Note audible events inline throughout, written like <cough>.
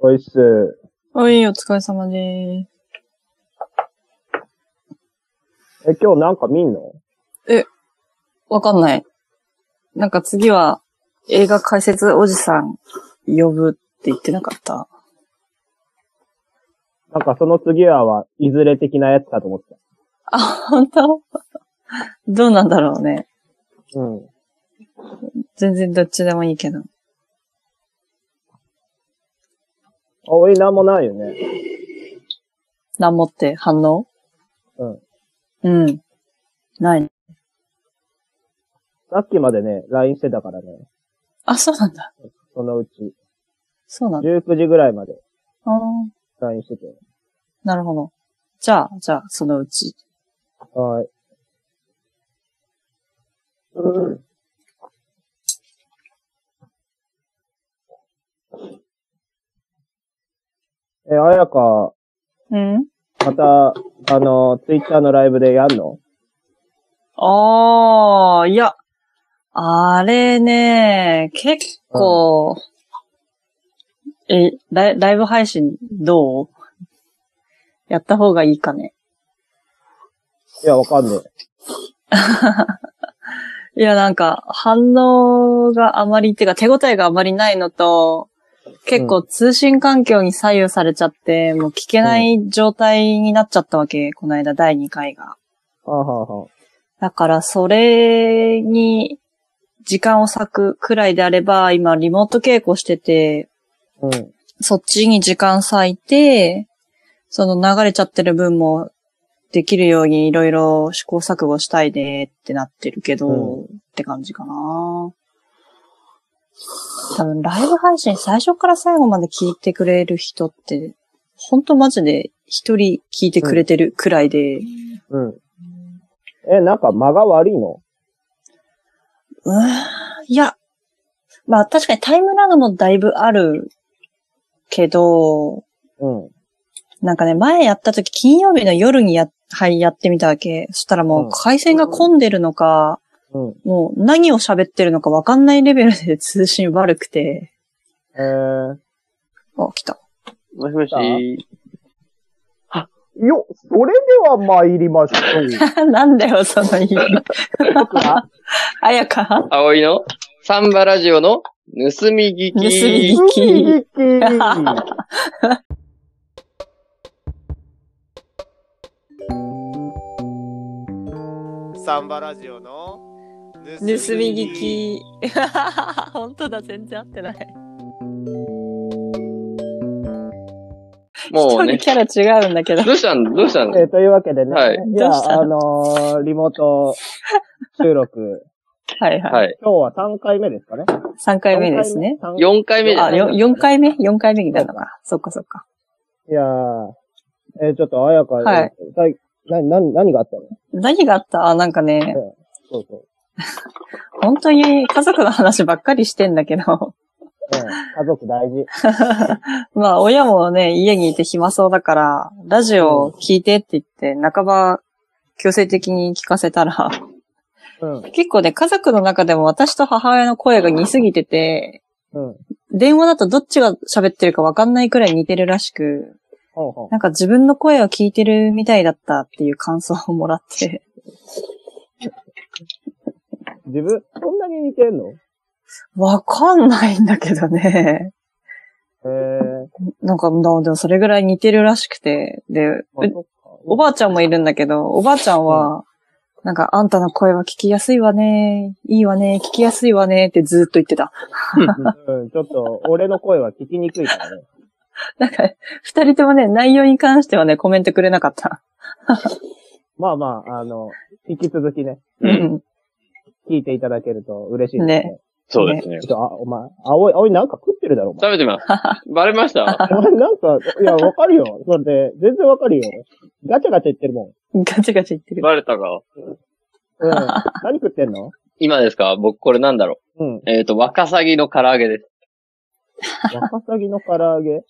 おいっす。はい、お疲れ様でえ、今日なんか見んのす。わかんない。なんか次は映画解説おじさん呼ぶって言ってなかった。なんかその次はは、いずれ的なやつだと思ってあ、本当 <laughs> どうなんだろうね。た。うん。全然どっちでもいいけど。おい、なんもないよね。何もって反応うん。うん。ない。さっきまでね、LINE してたからね。あ、そうなんだ。そのうち、そうなんだ。 19時ぐらいまであー LINE してて。なるほど。じゃあ、じゃあ、そのうち。はーい。うんえ、あやか、うんまた、あの、ツイッターのライブでやんのああ、いや、あれね、結構、えライ、ライブ配信どうやった方がいいかね。いや、わかんねえ。いや、なんか、反応があまり、てか手応えがあまりないのと、結構通信環境に左右されちゃって、もう聞けない状態になっちゃったわけ、この間第2回が。はあ、はあはあ、だから、それに、時間を割くくらいであれば、今、リモート稽古してて、うん。そっちに時間割いて、その流れちゃってる分もできるようにいろいろ試行錯誤したいねってなってるけど、うって感じかな。多分ライブ配信最初から最後まで聞いてくれる人って、ほんとマジで一人聞いてくれてるくらいで、うん。え、なんか間が悪いのうーんいや、まあ確かにタイムラグもだいぶあるけど、うん。なんかね、前やった時、金曜日の夜にや、はい、やってみたわけ。そしたらもうんう、回線が混んでるのか、うん。もう何を喋ってるのかわかんないレベルで通信悪くて。えー、あ、来た。 <laughs> もしもしさ。あよ、それでは参りましょ <laughs> う。なんだよ、その言い方。あやか葵のサンバラジオの盗み聞き。盗み聞ウきキウキサンバラジオの盗み盗み聞。き。 <laughs> 本当だ、全然合ってない。もうね。一人キャラ違うんだけど。どうしたんどうしたんえーというわけでね、はいじゃどうしたあ、あのーリモート収 <laughs> 録、はいはい。はい。今日は3回目ですかね。 3回目ですね。三回4回目じゃあ、ないよ4回目 ?4 回目になるのか。そっかそっか。目。いやー、えーちょっと、あやか、はいさいな、な、何があったの何があったあ、なんかね、そうそう。本当に家族の話ばっかりしてんだけど。 <laughs> うん、家族大事。まあ、親もね、家にいて暇そうだから、ラジオ聞いてって言って、半ば強制的に聞かせたら、うん、結構ね、家族の中でも私と母親の声が似すぎてて、うん。電話だとどっちが喋ってるかわかんないくらい似てるらしく、ほうほなんか自分の声を聞いてるみたいだったっていう感想をもらって、う。自分、そんなに似てんのわかんないんだけどね。えー、なんか、なでもそれぐらい似てるらしくて、で、うあそっかおばあちゃんもいるんだけど、おばあちゃんは、なんか、あんたの声は聞きやすいわね、いいわね、聞きやすいわね、ってずーっと言ってた。うん、ちょっと、俺の声は聞きにくいからね。なんか、二人ともね、内容に関してはね、コメントくれなかった。まあまあ、あの、引き続きね、う。うんん。聞いていただけると嬉しいですね。ねそうですねちょっ。と、あ、お前、青い、青いなんか食ってるだろ、お前。食べて <laughs> ます。バレましたお前なんか、いや、わかるよ。それで、全然わかるよ。ガチャガチャ言ってるもん。ガチャガチャ言ってる。バレたかうん。 <laughs> 何食ってんの今ですか僕これなんだろうん。う。えっ、と、ワカサギの唐揚げです。ワカサギの唐揚げ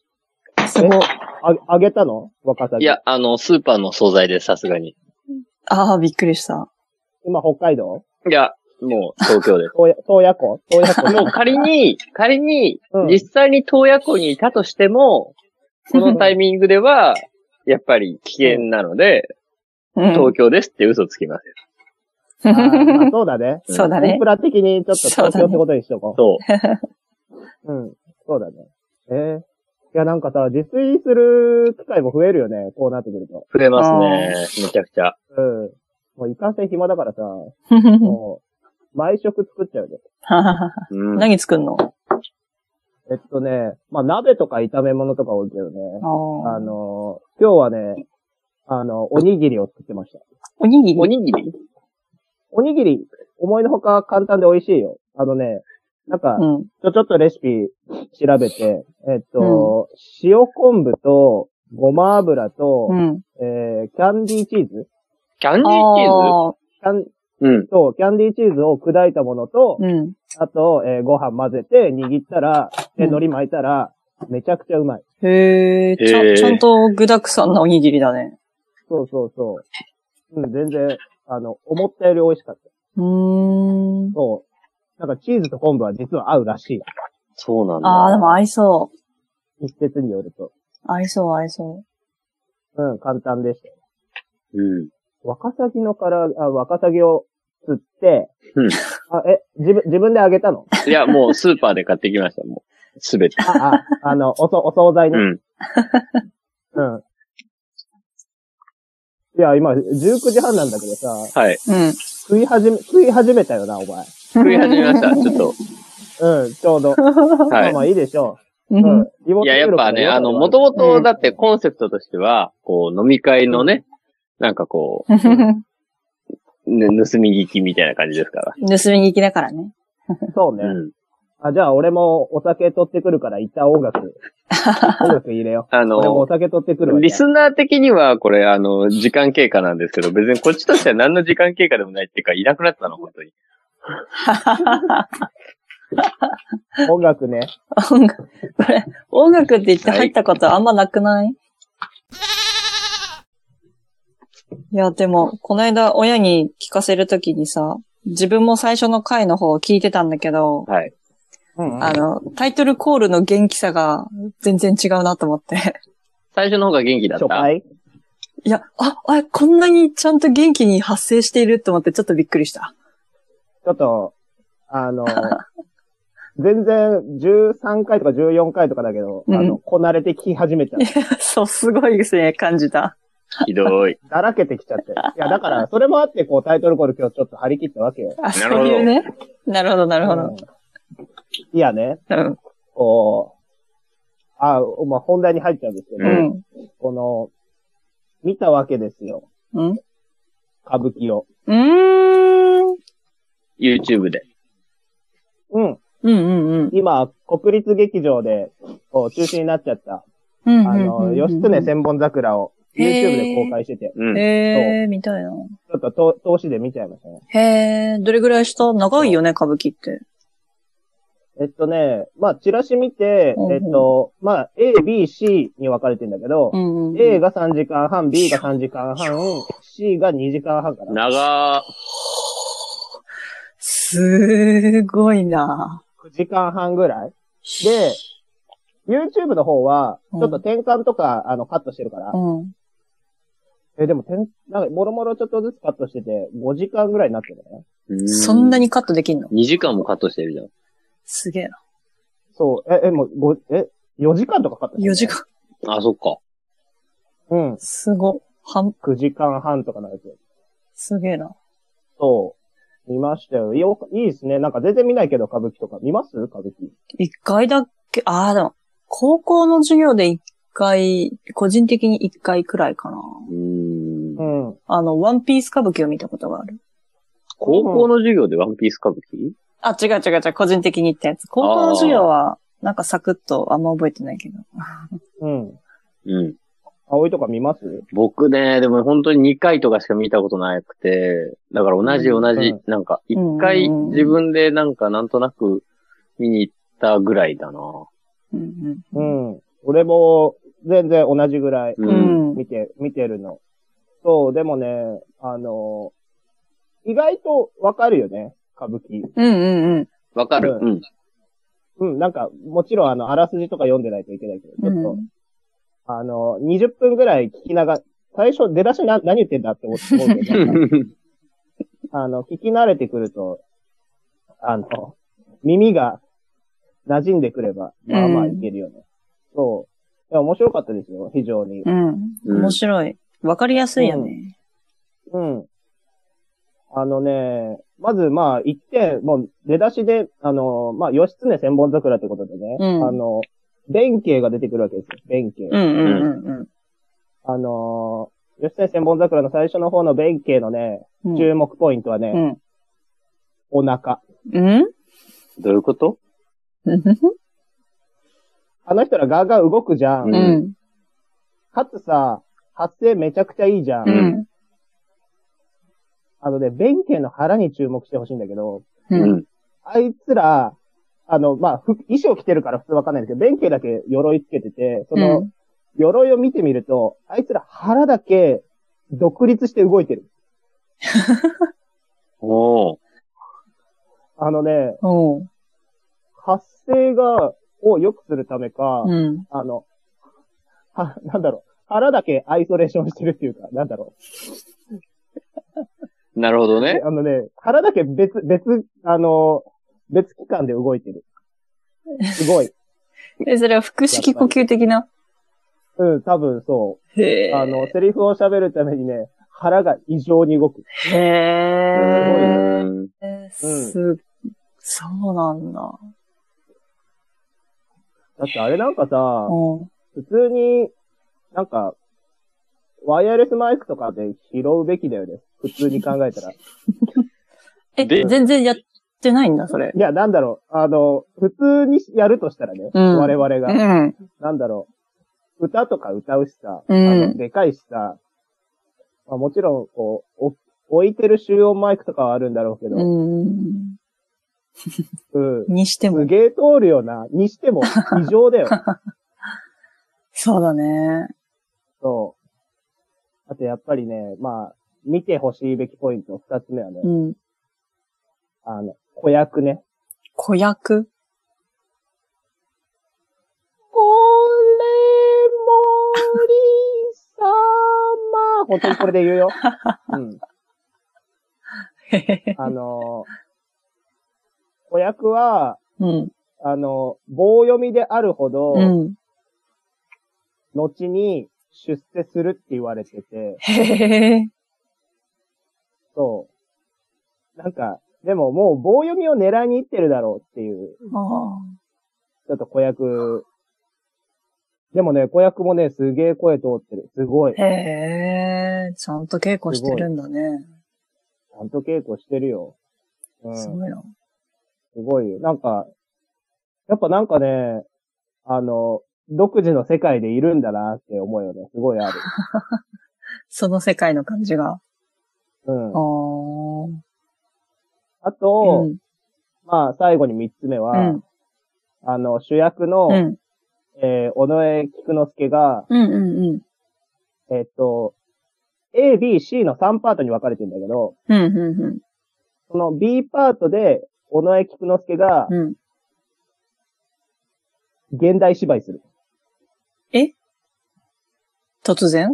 すごい。あ、あげたのワカサギ。い。や、あの、スーパーの惣菜です、さすがに。ああ、びっくりした。今、北海道いや、もう東京です。東野湖東野湖 <laughs> もう仮に、仮に、うん実際に洞爺湖にいたとしても、このタイミングでは、やっぱり危険なので、東 <laughs> 京ですって嘘つきます。あーまあそうだね。そうだコねンプ。ラ的にちょっと東京ってことにしとこ。そううん。そうだね。えーいや、なんかさ、自炊する機会も増えるよね。こうなってくると。う。増えますね。めちゃくちゃ。うん。もういかんせん暇だからさ、もう、毎食作っちゃうね。うん。 <laughs> 何作んのえっとね、まあ鍋とか炒め物とか多いけどね。ああののー、今日はね、あの、おにぎりを作ってました。おにぎおりにぎりおにぎり、思いのほか簡単で美味しいよ。あのね、なんかう、ん。ちょ、ちょっとレシピ調べて、えっと、塩昆布と、ごま油と、うん。えー、キャンディーチーズキャンディーチーズああ、キャン、うん。そう、キャンディーチーズを砕いたものと、うん。あと、えーご飯混ぜて、握ったら、で、うん海苔巻いたら、めちゃくちゃうまい。へえ、ちへゃーん、ちゃんと具沢山なおにぎりだね。そうそうそう。うん、全然、あの、思ったより美味しかった。うーん。そう。なんかチーズと昆布は実は合うらしい。そうなんだ。ああ、でも合いそ一説によると。う。合いそう、合いそうん、簡単でしたよ。うん。ワワカサギのから、あ、ワカサギを釣って、うんあえ、自分、自分であげたのいや、もうスーパーで買ってきました、もう。すべて。あ、あ、あの、おそ、お惣菜うね。ん。うん。いや、今、19時半なんだけどさ、はい。う。うん。食い始め、食い始めたよな、お前。食い始めました、ちょっと。うん、ちょうど。まはあまあい。いいでしょう。う。うんん。リモートいや、やっぱ収録だね、からあの、もともと、だってコンセプトとしては、こう、飲み会のね、なんかこ <laughs> う、ね、盗み聞きみたいな感じですから。盗みに行きだからね。そうね。うん。あ、じゃあ俺もお酒取ってくるから一旦音 <laughs> 楽、音楽入れよあう。俺ものお、酒取ってくるわ。リスナー的には、これ、あの、時間経過なんですけど、別にこっちとしては何の時間経過でもないっていうか、いなくなったの、本当に。音楽ね。音楽、これ、音楽って言って入ったことあんまなくない、い、や、でも、この間親に聞かせるときにさ、自分も最初の回の方を聞いてたんだけど、はい。うんあの、タイトルコールの元気さが全然違うなと思って。最初の方が元気だっ初た。回いや、あ、あ、こんなにちゃんと元気に発生していると思ってちょっとびっくりした。ちょっと、あの、 <laughs> 全然13回とか14回とかだけど、あうの、こなれてき始 <laughs> めちゃうい。や、そう、すごいですね、感じた。ひどい。だらけてきちゃって。いや、だから、それもあって、こう、タイトルコール今日ちょっと張り切ったわけよ。あ、そなるほどういうね。なるほど、なるほど。うんいやね、うん。こう、あ、まあ、本題に入っちゃうんですけど、うん。この、見たわけですよ。うん。歌舞伎を。うーん。 YouTube で。うん。うんうんうん。今、国立劇場で、こう、中止になっちゃった、うんあの、義経千本桜を、へー YouTube で公開してて、うん。へえ、みたいな。ちょっとと投資で見ちゃいましたね。へえ、どれぐらいした長いよね、歌舞伎って。えっとね、まあ、チラシ見て、うんうんえっと、まあ、A、B、C に分かれてんだけど、んん A が3時間半、B が3時間半、C が2時間半かな。長ー。すーごいな9時間半ぐらいで、YouTube の方は、ちょっと転換とか、あの、カットしてるから、うん。え、でも、転、なんか、もろもろちょっとずつカットしてて、5時間ぐらいになってるね。うそんなにカットできんの ?2 時間もカットしてるじゃん。すげえな。そう、え、え、もう、ご、え、4時間とかカットしてる、 4時。間。あ、そっか。うん。すご。はん、 9時間半とかなるやつ。すげえな。そう。見ましたよ。よ、いいですね。なんか全然見ないけど、歌舞伎とか。見ます歌舞伎。一回だっけああ、でも、高校の授業で一回、個人的に一回くらいかな。うーんう。ん。あの、ワンピース歌舞伎を見たことがある。高校の授業でワンピース歌舞伎あ、違う違う違う、個人的にってやつ。高校の授業は、なんかサクッとあんま覚えてないけど。うん。うん。葵とか見ます僕ね、でも本当に2回とかしか見たことなくて、だから同じうん同じうん、なんかうん1回自分でなんかなんとなく見に行ったぐらいだな。うんううん。ん。俺も、全然同じぐらい、うん。うん見て、見てるの。そう、でもね、あの、意外とわかるよね。歌舞伎。うんうんわかる。ううん。うん、なんか、もちろんあの、あらすじとか読んでないといけないけど、うちょっんと、。あの、20分ぐらい聞きなが、最初出だしな、何言ってんだって思うけ <laughs> ど、なんかあの、聞き慣れてくると、あの、耳が馴染んでくれば、まあまあいけるよね。そう。いや、面白かったですよ、非常にう。ん。うん。面白い。わかりやすいよね。うん。あのね、まずまあ一点、もう出だしで、あの、まあ、義経千本桜ってことでね、うんあの、弁慶が出てくるわけですよ、弁慶。うんうんうんあのー、吉田千本桜の最初の方の弁慶のね、うん。注目ポイントはね、うん。お腹。うんどういうことあの人らガーガー動くじゃん。ううんん。かつさ、発声めちゃくちゃいいじゃん。うん。あのね、弁慶の腹に注目してほしいんだけど、う。うんん。あいつら、あの、まあ、ふ衣装着てるから普通わかんないんですけど、弁慶だけ鎧つけてて、その、鎧を見てみると、あいつら腹だけ独立して動いてる。おー。あのね、おう。発声が、を良くするためか、うん。あの、は、なんだろう、腹だけアイソレーションしてるっていうか、なんだろなるほどねう。。あのね、腹だけ別、別、あの、別機関で動いて <laughs> る。すごい。え、それは腹式呼吸的なうん、多分そへう。ーあの、セリフを喋るためにね、腹が異常に動く。へうんえ。す、そうなんだ。だってあれなんかさ、うん。普通に、なんか、ワイヤレスマイクとかで拾うべきだよね。普通に考え <laughs> たら。いえ、で全然やってないんだ、それ。や、なんだろう。あの、普通にやるとしたらね、うん我々が。うん。なんだろう、歌とか歌うしさ、うんあのでかいしさ、まあ、もちろん、こう、お置いてる集音マイクとかはあるんだろうけど、うん。うん。にしてもす。げえ通るよな、にしても、異常 <laughs> だよ。そうだね。そう。あと、やっぱりね、まあ、見てほしいべきポイント、二つ目はね、うん。あの、子役ね。子 <laughs> 役これ、森様。本当にこれで言うよ。うん。へへへあのー、子役は、うん。あの、棒読みであるほど、うん。後に出世するって言われてて、へへへ。そう。なんか、でももう棒読みを狙いに行ってるだろうっていう、ああ。ちょっと子役。でもね、子役もね、すげえ声通ってる。すごい。ちへえ、ちゃんと稽古してるんだね。ゃんと稽古してるよ。うん。すすごいな。ごいよ。なんか、やっぱなんかね、あの、独自の世界でいるんだなって思うよね。すごいある。その世界の感じが。うんあ。ーあうと、ん。まあ、最後に三つ目は、うんあの、主役の、うん。えー、尾上菊之助が、うん。うん。えっと、A、B、C の3パートに分かれてるんだけど、うん。うん。うんその B パートで、尾上菊之助がうん。うん。現代芝居する。突然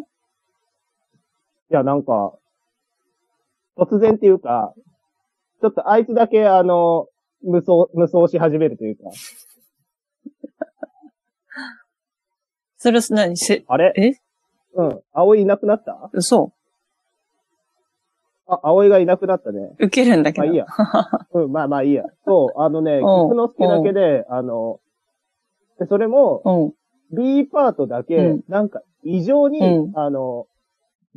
いや、なんか、突然っていうか、ちょっとあいつだけ、あの、無双、無双し始めるというか、それは何せ、あれえうん。葵いなくなった嘘あ、葵がいなくなったね。受けるんだけまあど。いい <laughs> や。うん、まあまあいいや。そう、あのね、おう菊之助だけで、あの、で、それも、うん。 B パートだけ、うんなんか異常に、うんあの、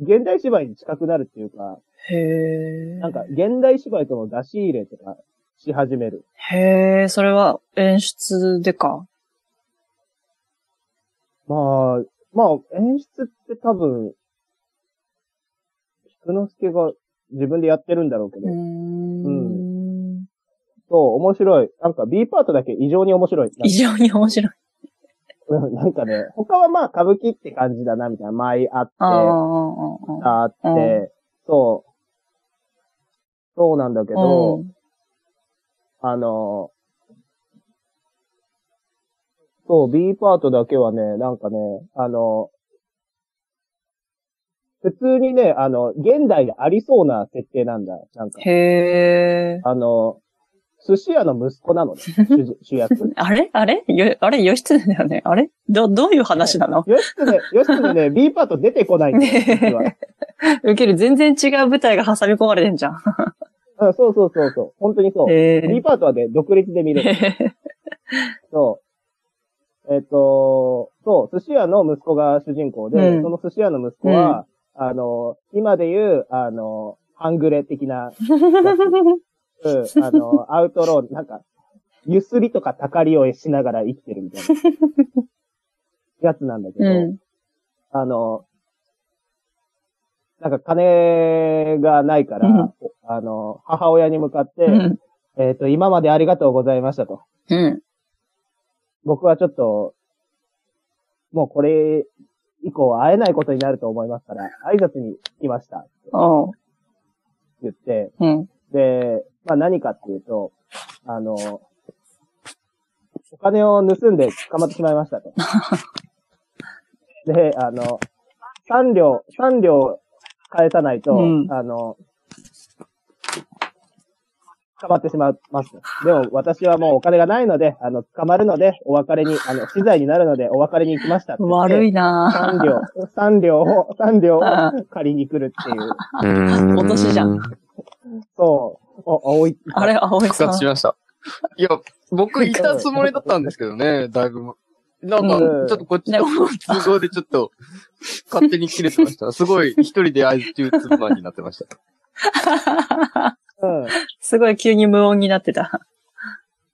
現代芝居に近くなるっていうか、へえ。なんか現代芝居との出し入れとかし始める。へえ、それは演出でか。まあ、まあ演出って多分、菊之助が自分でやってるんだろうけど、うーん。そう、面白い。なんか B パートだけ異常に面白い。異常に面白い。なんか <laughs> なんかね、他はまあ歌舞伎って感じだな、みたいな。舞あって、ああ、ああ、ああ。あって、うんそう。そうなんだけど、うんあの、そう、B パートだけはね、なんかね、あの、普通にね、あの、現代でありそうな設定なんだ。なんか、へえ。あの、寿司屋の息子なのね、主主役。あれあれよ、あれ義経だよねあれど、どういう話な <laughs> のよしつね、よしつね、B パート出てこないんだよ、実は。受ける全然違う舞台が挟み込まれてんじゃうん。ん、そうそうそうそう。本当にそう。へ B パートはね、独立で見れる。え。そう。えっ、と、そう、寿司屋の息子が主人公で、うんその寿司屋の息子は、あの、今で言う、あの、半グレ的 <laughs> な、うん、あの、アウトロー、なんか、ゆすりとかたかりをしながら生きてるみた <laughs> いな、やつなんだけど、うん。あの、なんか金がないから、うんあの、母親に向かって、うん。えっ、と、今までありがとうございましたと。うん。僕はちょっと、もうこれ以降会えないことになると思いますから、挨拶に来ましたっておう。言って、うん。で、まあ何かっていうと、あの、お金を盗んで捕まってしまいました <laughs> と。で、あの、三両、三両返さないと、うんあの、捕まってしまいますと。でも私はもうお金がないので、あの、捕まるので、お別れに、あの、資材になるので、お別れに行きましたって言って。悪い。いな三両、三両を、三両をあ借りに来るっていう。 <laughs> うん落としじゃん。そう。お、青い。あれ、葵復さん活。しました。いや、僕いたつもりだったんですけどね、だいぶも。なんか、ちうょんっとこっちの都合でちょっと、勝手に切れてました。すごい、一人で合図中つまになってました。うん。すごい急に無音になっ <laughs> てた。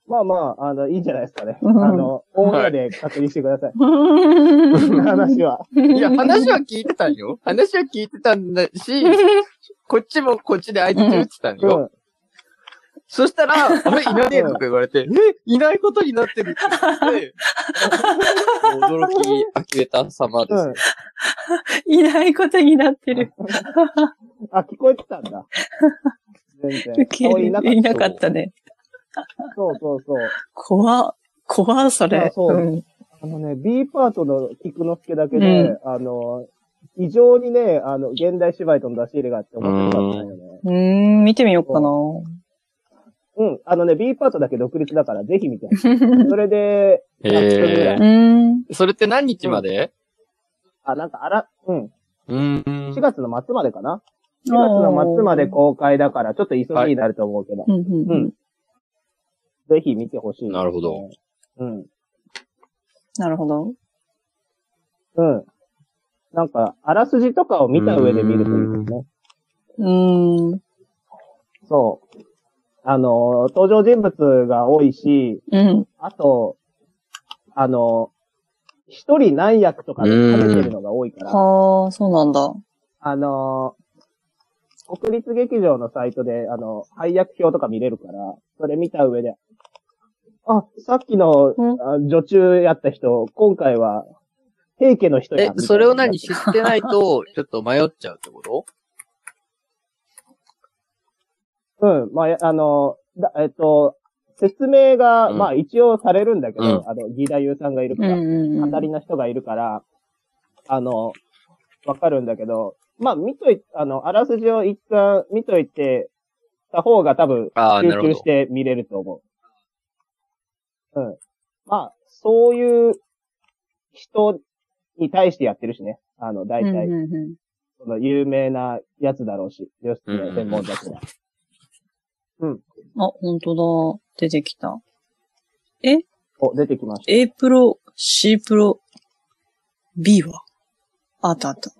まあまあ、あの、いいんじゃないですかね。うんあの、オンエアで確認してください。この話は。いや、話は聞いてたんよ。話は聞いてたんだし、こっちもこっちで合図中ってたんうよ。ん。そしたら、あれ、いないねとか言われて、え、いないことになってるって言って、驚き、呆れた様ですうんね。。いないことになってる。あ、聞こえてたんだ。全受け然。おいなかっいなかったね。た。そうそうそう。怖っ。怖っ、そいやれ。そううんあのね、B パートの菊之助だけで、あの、非常にね、あの、現代芝居との出し入れがあって面白かったんよね。うーん、見てみようかな。うん。あのね、B パートだけ独立だから、ぜひ見て。 <laughs> それで、100分ぐらい。うーん。それって何日まであ、なんか、あら、うん。うん。 4月の末までかな。4月の末まで公開だから、ちょっと急ぎになると思うけど。うんうんうんうんぜひ見てほしい、なるほど。うん。なるほど。うん。なんか、あらすじとかを見た上で見るというですね。うーん。そう。あのー、登場人物が多いし、うん。あと、あのー、一人何役とかで食べてるのが多いから、はあ、そうなんだ。あのー、国立劇場のサイトで、あの、配役表とか見れるから、それ見た上で、あ、さっきの、うんあ女中やった人、今回は、平家の人やえ、それを何知ってないと、ちょっと迷っちゃうってことうん、まあ、やあの、だえっと、説明が、うんまあ一応されるんだけど、うあの、ギーダユーさんがいるうかんら、うんうん。語りの人がいるから、あの、わかるんだけど、まあ見とい、あの、あらすじを一旦見といて、た方が多分、ああ、集なるほ中どし。て見れると思う。うん。まあ、そういう人に対してやってるしね。あの、大体。うんうんうんその有名なやつだろうし、よし、専門だしな。あ、本当だ。出てきた。お、出てきました。 A プロ、C プロ、B はあったあった。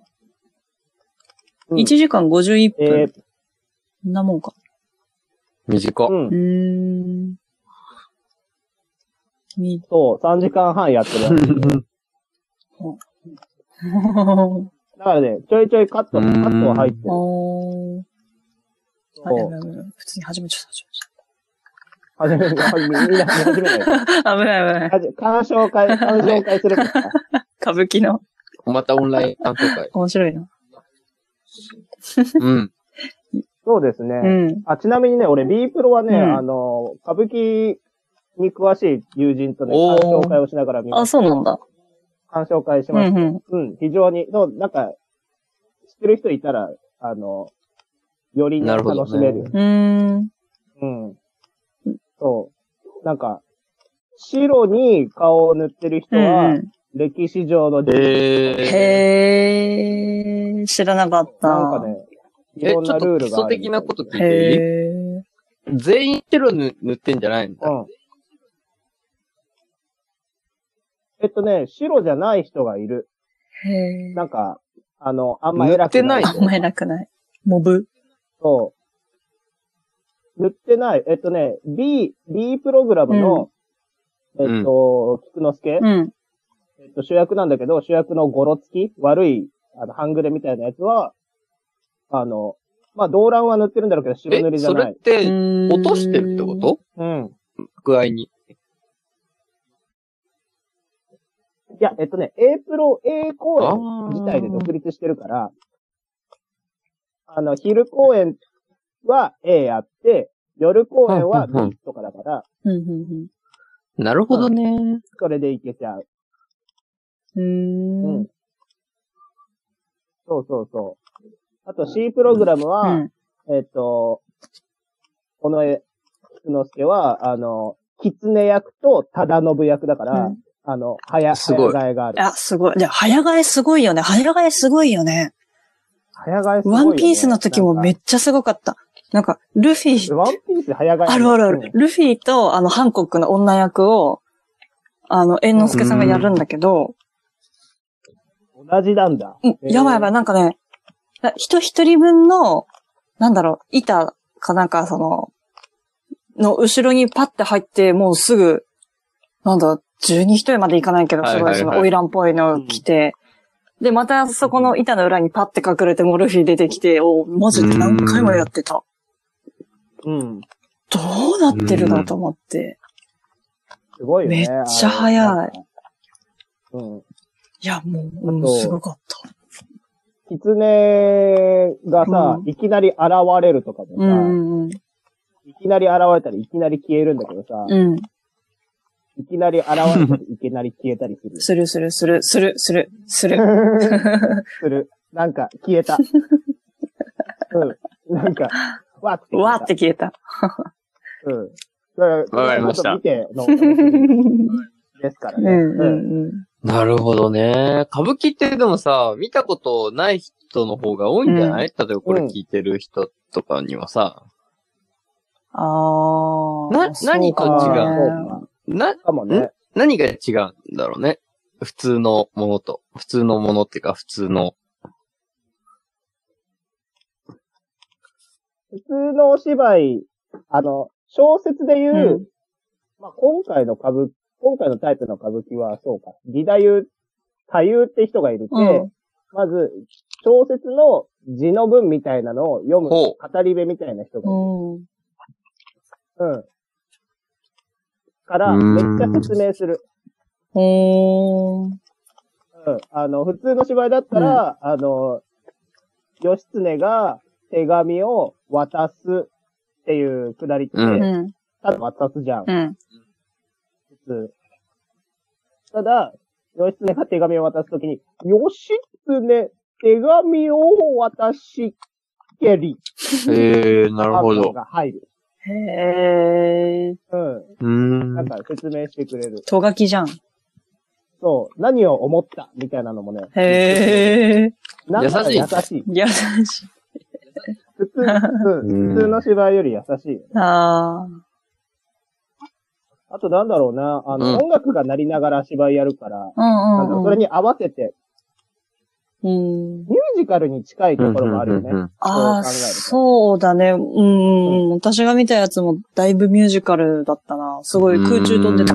うん1時間51えー分。こんなもんか。短っう。んうー。ん。み、そう、3時間半やってるや <laughs> つ。おだからね、ちょいちょいカット、カうんットは入ってる。ー。あ、やばいやばいやばい普通に始めちゃった、始始める、始める、みんな始めない。めちゃった。危ない危ない。始め鑑賞会、鑑賞会するから。歌舞伎の。またオンライン鑑定会。面白いな。うん。そうですね。うん。あ、ちなみにね、俺 B プロはね、うんあの、歌舞伎に詳しい友人とね、おー鑑賞会をしながら見まあ、しそうなんだ。た鑑賞会しうました。んうん。うん、非常に、そう、なんか、知ってる人いたら、あの、よりねなるほ楽どねしめるようーん。うん。そう。なんか、白に顔を塗ってる人うんはう、ん歴史上の、えへー。知らなかった。なんかね、いえ、ちろょんっなとルー基ル礎があるみたい。的なこと聞いていいへー。全員白塗塗ってんじゃないんだ。うん。えっとね、白じゃない人がいる。へー。なんか、あの、あんま偉くない。塗っあんま偉くない。モブ。そう。塗ってない。えっとね、B、B プログラムの、んえっと、菊之助、うん。えっと、主役なんだけど、主役のゴロつき、悪い、あの、半グレみたいなやつは、あの、まあ、動乱は塗ってるんだろうけど、白塗りえ、じゃそなれっい。て、落落としてるってことうん。具合に。いや、えっとね、A プロ、A 公演あー自体で独立してるから、あの、昼公演は A やって、夜公演はうんうんうん B とかだから、うんうんなるほどね。それでいけちゃう。うん。ううんん。そうそうそう。あと C プログラムは、うんえっと、この絵、菊之助は、あの、狐役と忠信役だから、うんあの、早、す早ご替いえがある。あ、すごい。じゃ早替えすごいよね。早替えすごいよね。早替えすごいワよねンピースの時もめなんっちゃすごかった。なんか、ルフィか、ワンピース早替え。あるあるあうんる。ルフィと、あの、ハンコックの女役を、あの、猿之助さんがやるんだけど、同じなんだ。うん、やばいやばい、なんかね、な人一人分の、なんだろう、板かなんか、その、の後ろにパッて入って、もうすぐ、なんだ、12人までいかないけど、はいすはいごはいいその、オイランっぽいの着て、で、またそこの板の裏にパッて隠れて、モルフィ出てきて、おマジで何回もやってた。うん。どうなってるのと思って。すごいよね。めっちゃ早いあれ。うん。いや、もう、あともうすごかった。狐がさ、ういきなり現れるとかもさ、うんうんうん。いきなり現れたらいきなり消えるんだけどさ、うん。いきなり現れたらいきなり消えたりする。するするする、する、する、する。する。なんか、消 <laughs> えた。うん。なんか、わ <laughs> って消えた。わーって消えた。うん。だからわかりました見ての、うですからんね。うんうん。なるほどね。歌舞伎ってでもさ、見たことない人の方が多いんじゃない、例えばこれ聞いてる人とかにはさ、ああ。な何とあーそう違うかな、かもね。何が違うんだろうね。普通のものと。普通のものっていうか、普通の。普通のお芝居、あの、小説で言う、うんまあ、今回の歌舞伎、今回のタイプの歌舞伎はそうか、義太夫、太夫って人がいるて、うんまず、小説の字の文みたいなのを読む、ほ語り部みたいな人がいる。うん。うん。から、うーんめっちゃ説明する。ほー。うん。あの、普通の芝居だったら、あの、義経が手紙を渡すっていうくだりって、うんうん。ただ渡すじゃん。うん。普通。ただ、義経が手紙を渡すときに、義経、手紙を渡しけり。ええー、なるほ <laughs> パンど。が入る。へえ。うん。うーんなん。か説明してくれる。とがきじゃん。そう。何を思ったみたいなのもね。へえ。なんか優優しい。優しい。普通、うんうん普通の芝居より優しい。ああ。あとなんだろうな。あの、うん音楽が鳴りながら芝居やるから、うなんだろんううそんれに合わせて、うん。うん。ミュージカルに近いところもあるよね。ああ、そう考えるとそうだね。うん。私が見たやつもだいぶミュージカルだったな。すごい空中飛んでた。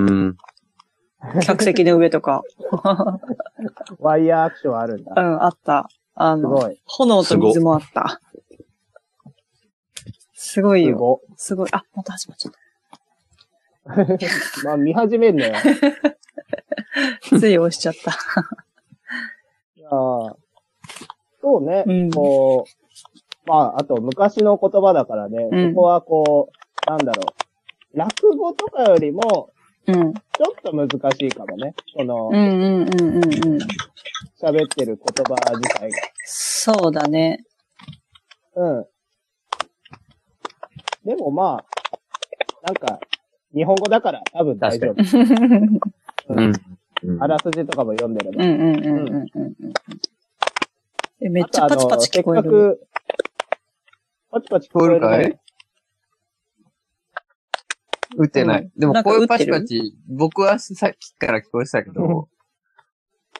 た。客席の上 <laughs> とか。ワイヤーアクションあるんうだ。ん、あった。あすの、ごい。炎と水もあった。すごいすよ。ごすごい。あ、また始まっちゃっい。まあ見始めんね。た。つい押しちゃった。 <laughs> ああ。そうね。うんこう、まあ、あと昔の言葉だからね、うんそこはこう、なんだろう。落語とかよりも、うん。ちょっと難しいかもね。そのうん、うんうんうんうん。喋ってる言葉自体が。そう <laughs> だね。うん。でもまあ、なんか、日本語だから多分大丈夫。うんうん。あらすじとかも読んでれうば。んうんうんうんうん。え、めっちゃあとパチパチ聞こえあのる。せっかく、パチパチ聞こえるね聞こえるか打ってなうんい。でもこうないんうか打パってチるパチ、僕はさっきから聞こえてたけど、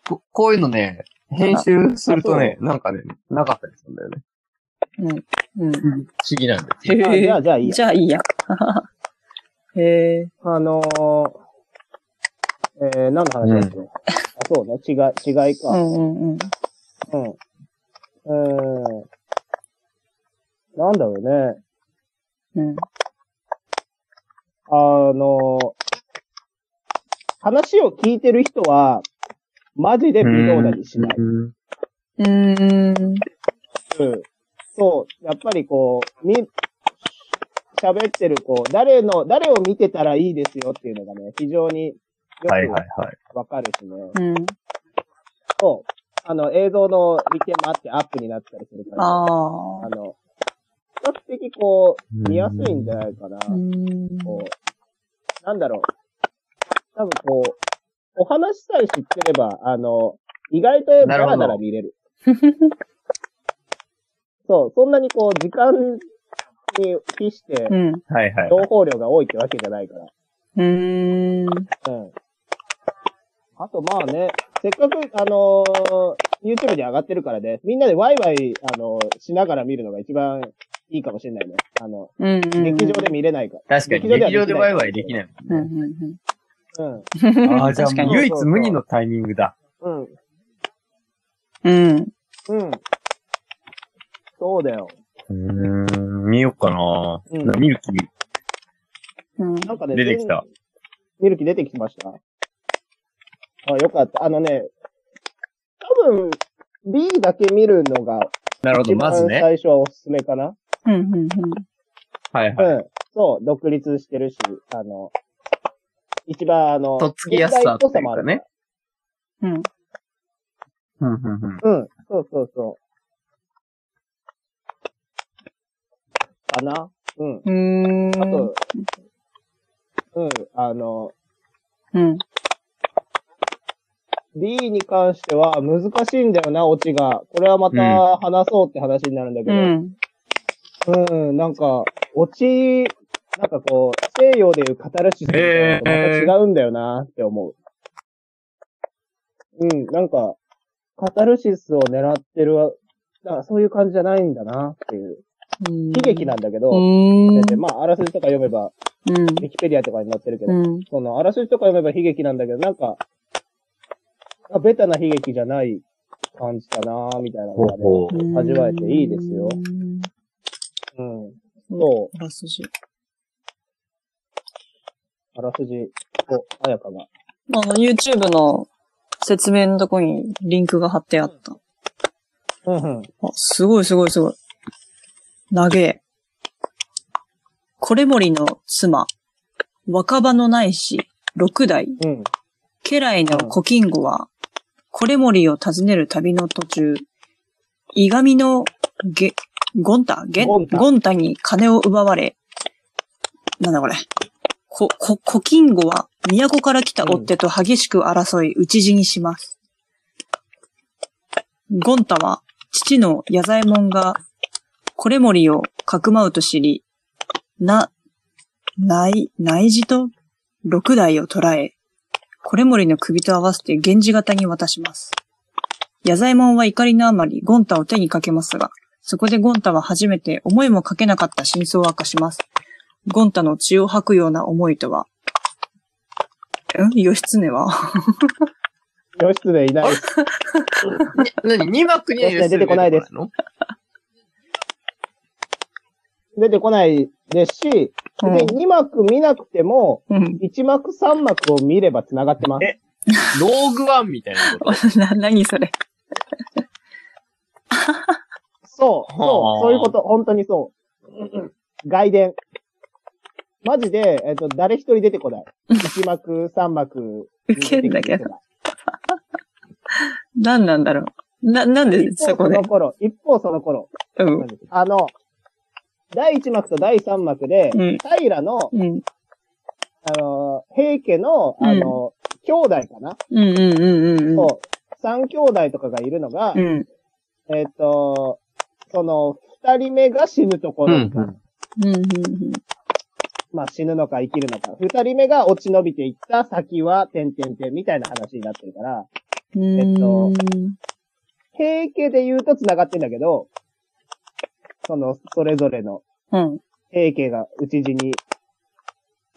ここういうのね、編集するとね、なんかね、なかったりするんだよね。うん。不思議なんだよ。へあ <laughs> じゃーあ、じゃあいいやじ。ゃあいいや。 <laughs> へえ。あのー、えー、何の話だっけ、あ、そうね。違い、違いうか。んうんうん。うん。うーん。なんだろうね。うん。あのー、話を聞いてる人は、マジで微動だにしない。うーん。うん。そう。やっぱりこう、み、喋ってる、こう、誰の、誰を見てたらいいですよっていうのがね、非常によはいはくいはい。わかるしね。うん。そう。あの、映像の利点もあってアップになったりするから、あああ。の、比較的こう、見やすいんじゃないかな。うん。こう、なんだろう。多分こう、お話さえ知ってれば、あの、意外とダラダラ見れる。そう、そんなにこう、時間に比してう、ん。はいはい情報量が多いってわけじゃないから。うーうん。ん。あとまあね、せっかく、あのー YouTube に上がってるからね、みんなでワイワイ、あのーしながら見るのが一番いいかもしれないね。あの、うんうんうん。劇場で見れないか確かに、劇場でワイワイできない。うんうんら。うん。うん。ああ、じゃあ確かに唯一無二のタイミングだ。うん。うん。うん。そうだよ。うーん、見よっかなうん。見る気うん。なんかね、出てきた。ミルキ出てきました。あ、よかった。あのね、多分、B だけ見るのが、なるほ一ど、まず番ね。最初はおすすめかな。うんうんはいはい。うん。そう、独立してるし、あの、一番あの、とっつきやすさっていうかね現代っぽもあるら。うん。うん。うんうんうんうん、そうそうそう。かなうん。うーん。あと、うん、あの、うん。 D に関しては難しいんだよな、オチが。これはまた話そうって話になるんだけうど。ん。うん、なんか、オチ、なんかこう、西洋でいうカタルシスみたいなのとまた違うんだよなって思う。うん、なんか、カタルシスを狙ってるわ、なんかそういう感じじゃないんだなっていう。悲劇なんだけうど、ーん全。然まあ、あらすじとか読めば、うん。ウィキペディアとかに載ってるけど、うん。その、あらすじとか読めば悲劇なんだけど、なんか、あベタな悲劇じゃない感じだなみたいなのほうがね。ほう。味わえていいですようん。そう。あらすじ。あらすじを、あやかが。あの、YouTube の説明のとこにリンクが貼ってあった。うんうん。あ、すごいすごいすごい。長え。これ森の妻、若葉のないし、六代、うん。家来の古金吾は、これ森を訪ねる旅の途中、いがみのげ、ゴンタゲンゴンタゴンタに金を奪われ、なんだこれ。こ、こ、古金吾は、都から来た追っ手と激しく争い、討ち死にします。ゴンタは、父の矢左衛門が、これ森をかくまうと知り、な、内、内事と六代を捕らえ、これ森の首と合わせて源氏型に渡します。矢左衛門は怒りのあまりゴンタを手にかけますが、そこでゴンタは初めて思いもかけなかった真相を明かします。ゴンタの血を吐くような思いとは、ん義経は義経いないです。 <laughs> 何 ?2 幕には確かに出てこないです出てこ出てこないですし、で、うん2幕見なくても、うん。 <laughs> 1幕3幕を見れば繋がってます。えないのローグワンみたいなこと。な、何それ。そう、はそあう、そういうこと、本当にそう。外伝。マジで、えっ、と、誰一人出てこない。一幕、三幕。 <laughs> ウケんだ出けどてこない何なんだろう。な、なんで一そ方こそでの。頃、一方その頃。うん。あの、第一幕と第三幕で、うん平の、うん。あの、平家の、あの、兄弟かな、うんうんうんうんうん。そう。三兄弟とかがいるのが、うん。えっ、と、その、二人目が死ぬところ、うんうんうんうんうん。まあ死ぬのか生きるのか、二人目が落ち延びていった先は、てんてんてんみたいな話になってるから、えっと、平家で言うと繋がってんだけど、その、それぞれのうん。平家が討ち死に、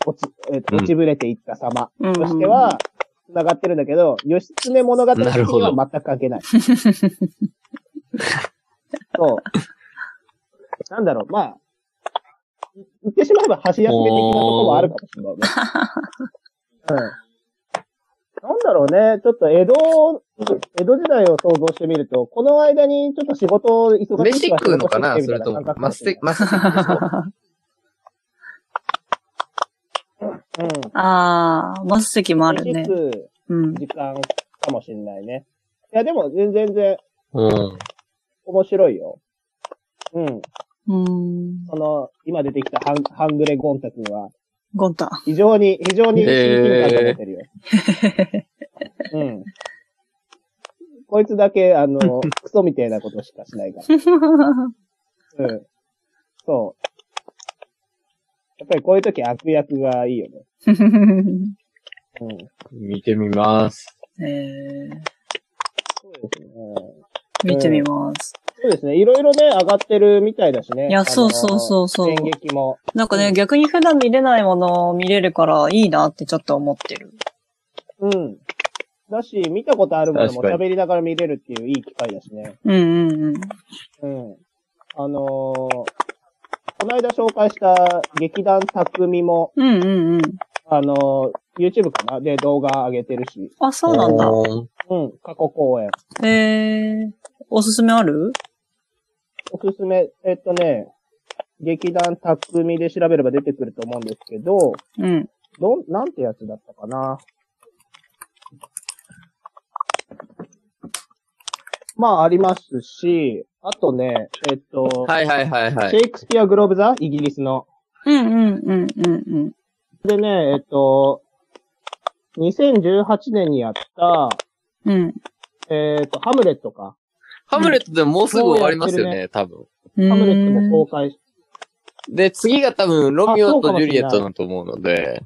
落ち、えっと落ちぶれていった様うん。としては、繋がってるんだけど、義経物語的なるほにどは全く関係 <laughs> ない。そう。なんだろう、まあ、言ってしまえば箸休め的なこともあるかもしれないね。うん。なんだろうね、ちょっと江戸を、江戸時代を想像してみると、この間にちょっと仕事を忙し <laughs> くは飯食うのかな仕事してみそたいれとも感、覚マステ、マステ。うん。ああ、マス席もある飯ね。食ううん。時間かもしれないね。いや、でも全然全然うん。面白いよ。うん。うん。その、今出てきたハンハングレゴンタ君は、ゴンタ。非常に、非常に親近感が持てるよ。 <laughs> うん。こいつだけ、あ <laughs> の、クソみたいなことしかしないかうら。うん。そう。やっぱりこういう時悪役がいいよね。んうん。見てみます。 <laughs> えー、そうですね。見てみます。そうですね。いろいろね、上がってるみたいだしね。いやそうそうそうそう演劇も。なんかうね、ん逆に普段見れないものを見れるからいいなってちょっと思ってる。うん。だし、見たことあるものも確かに喋りながら見れるっていういい機会だしね。うんうんうん。うん。あのー、この間紹介した劇団匠も、うんうんうん。あのー、YouTube かなで動画上げてるし。あ、そうなんだ。うん。過去公演。えー、おすすめあるおすすめ、えっとね、劇団匠で調べれば出てくると思うんですけど、うん。どん、なんてやつだったかな。まあ、ありますし、あとね、えっと、はいはいはいはシい。ェイクスピア・グローブ・ザ・イギリスの。うんうんうんうんうん。でね、えっと、2018年にやった、うん。えっと、ハムレットか。ハムレットでももうすぐ終わりますよね、多分。ハハムレットも公開し、で、次が多分、ロミオとジュリエットだと思うので。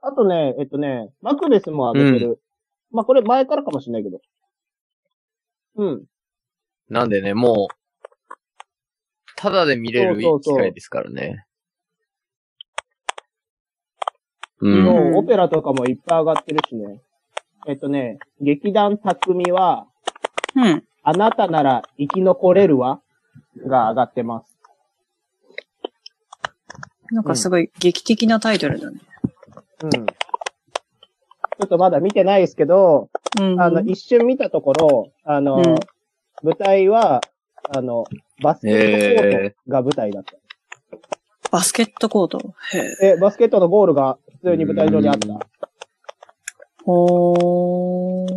あとね、えっとね、マクベスも上げてる。まあ、これ前からかもしれないけど。うん。なんでね、もう、ただで見れるいいそうそ機うそう会ですからね。うんうそん。うオペラとかもいっぱい上がってるしね。えっとね、劇団匠は、うん。あなたなら生き残れるわが上がってます。なんかすごい劇的なタイトルだね。うん。ちょっとまだ見てないですけど、うん。あの、一瞬見たところ、あの、うん舞台は、あの、バスケットコートが舞台だった。バスケットコート。へえ。え、バスケットのゴールが普通に舞台上にあったうん。ほー。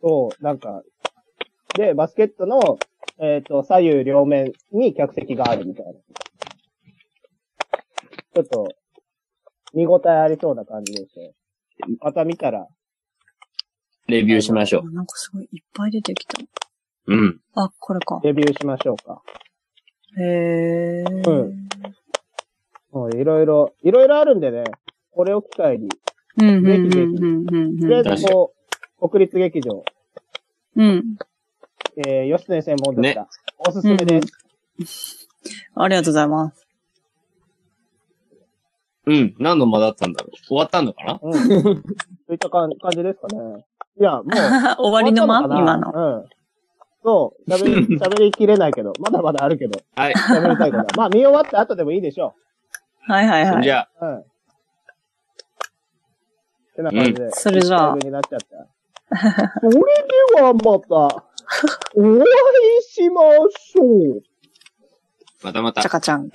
そう、なんか、で、バスケットの、えっ、と、左右両面に客席があるみたいな。ちょっと、見応えありそうな感じですね。また見たら、レビューしましょなんかすごいいっぱい出てきた。う。うん。あ、これか。レビューしましょうか。へー。うんもういろいろ、いろいろあるんでね、これを機会に、うんうんうんうんとうりあえんずこう、国立劇場、うん。うん。えー、吉野専門ですが、おすすめうんうでんす。ありがとうございます。 <laughs> うん。何の間だったんだろう。終わったのかな <laughs> うん。そういった感感じですかね。いや、もう。終わりの間終わった今かの。な。うん。そう、喋 <laughs> り、喋りきれないけど、まだまだあるけど、はい。喋りたいことは。まあ、見終わった後でもいいでしょはいはいはじい。ゃう。あ、うん。ってな感じで。それじゃあいいタイムになっちゃった。それではまた、お会いしましょう。またまたチャ。カちゃん。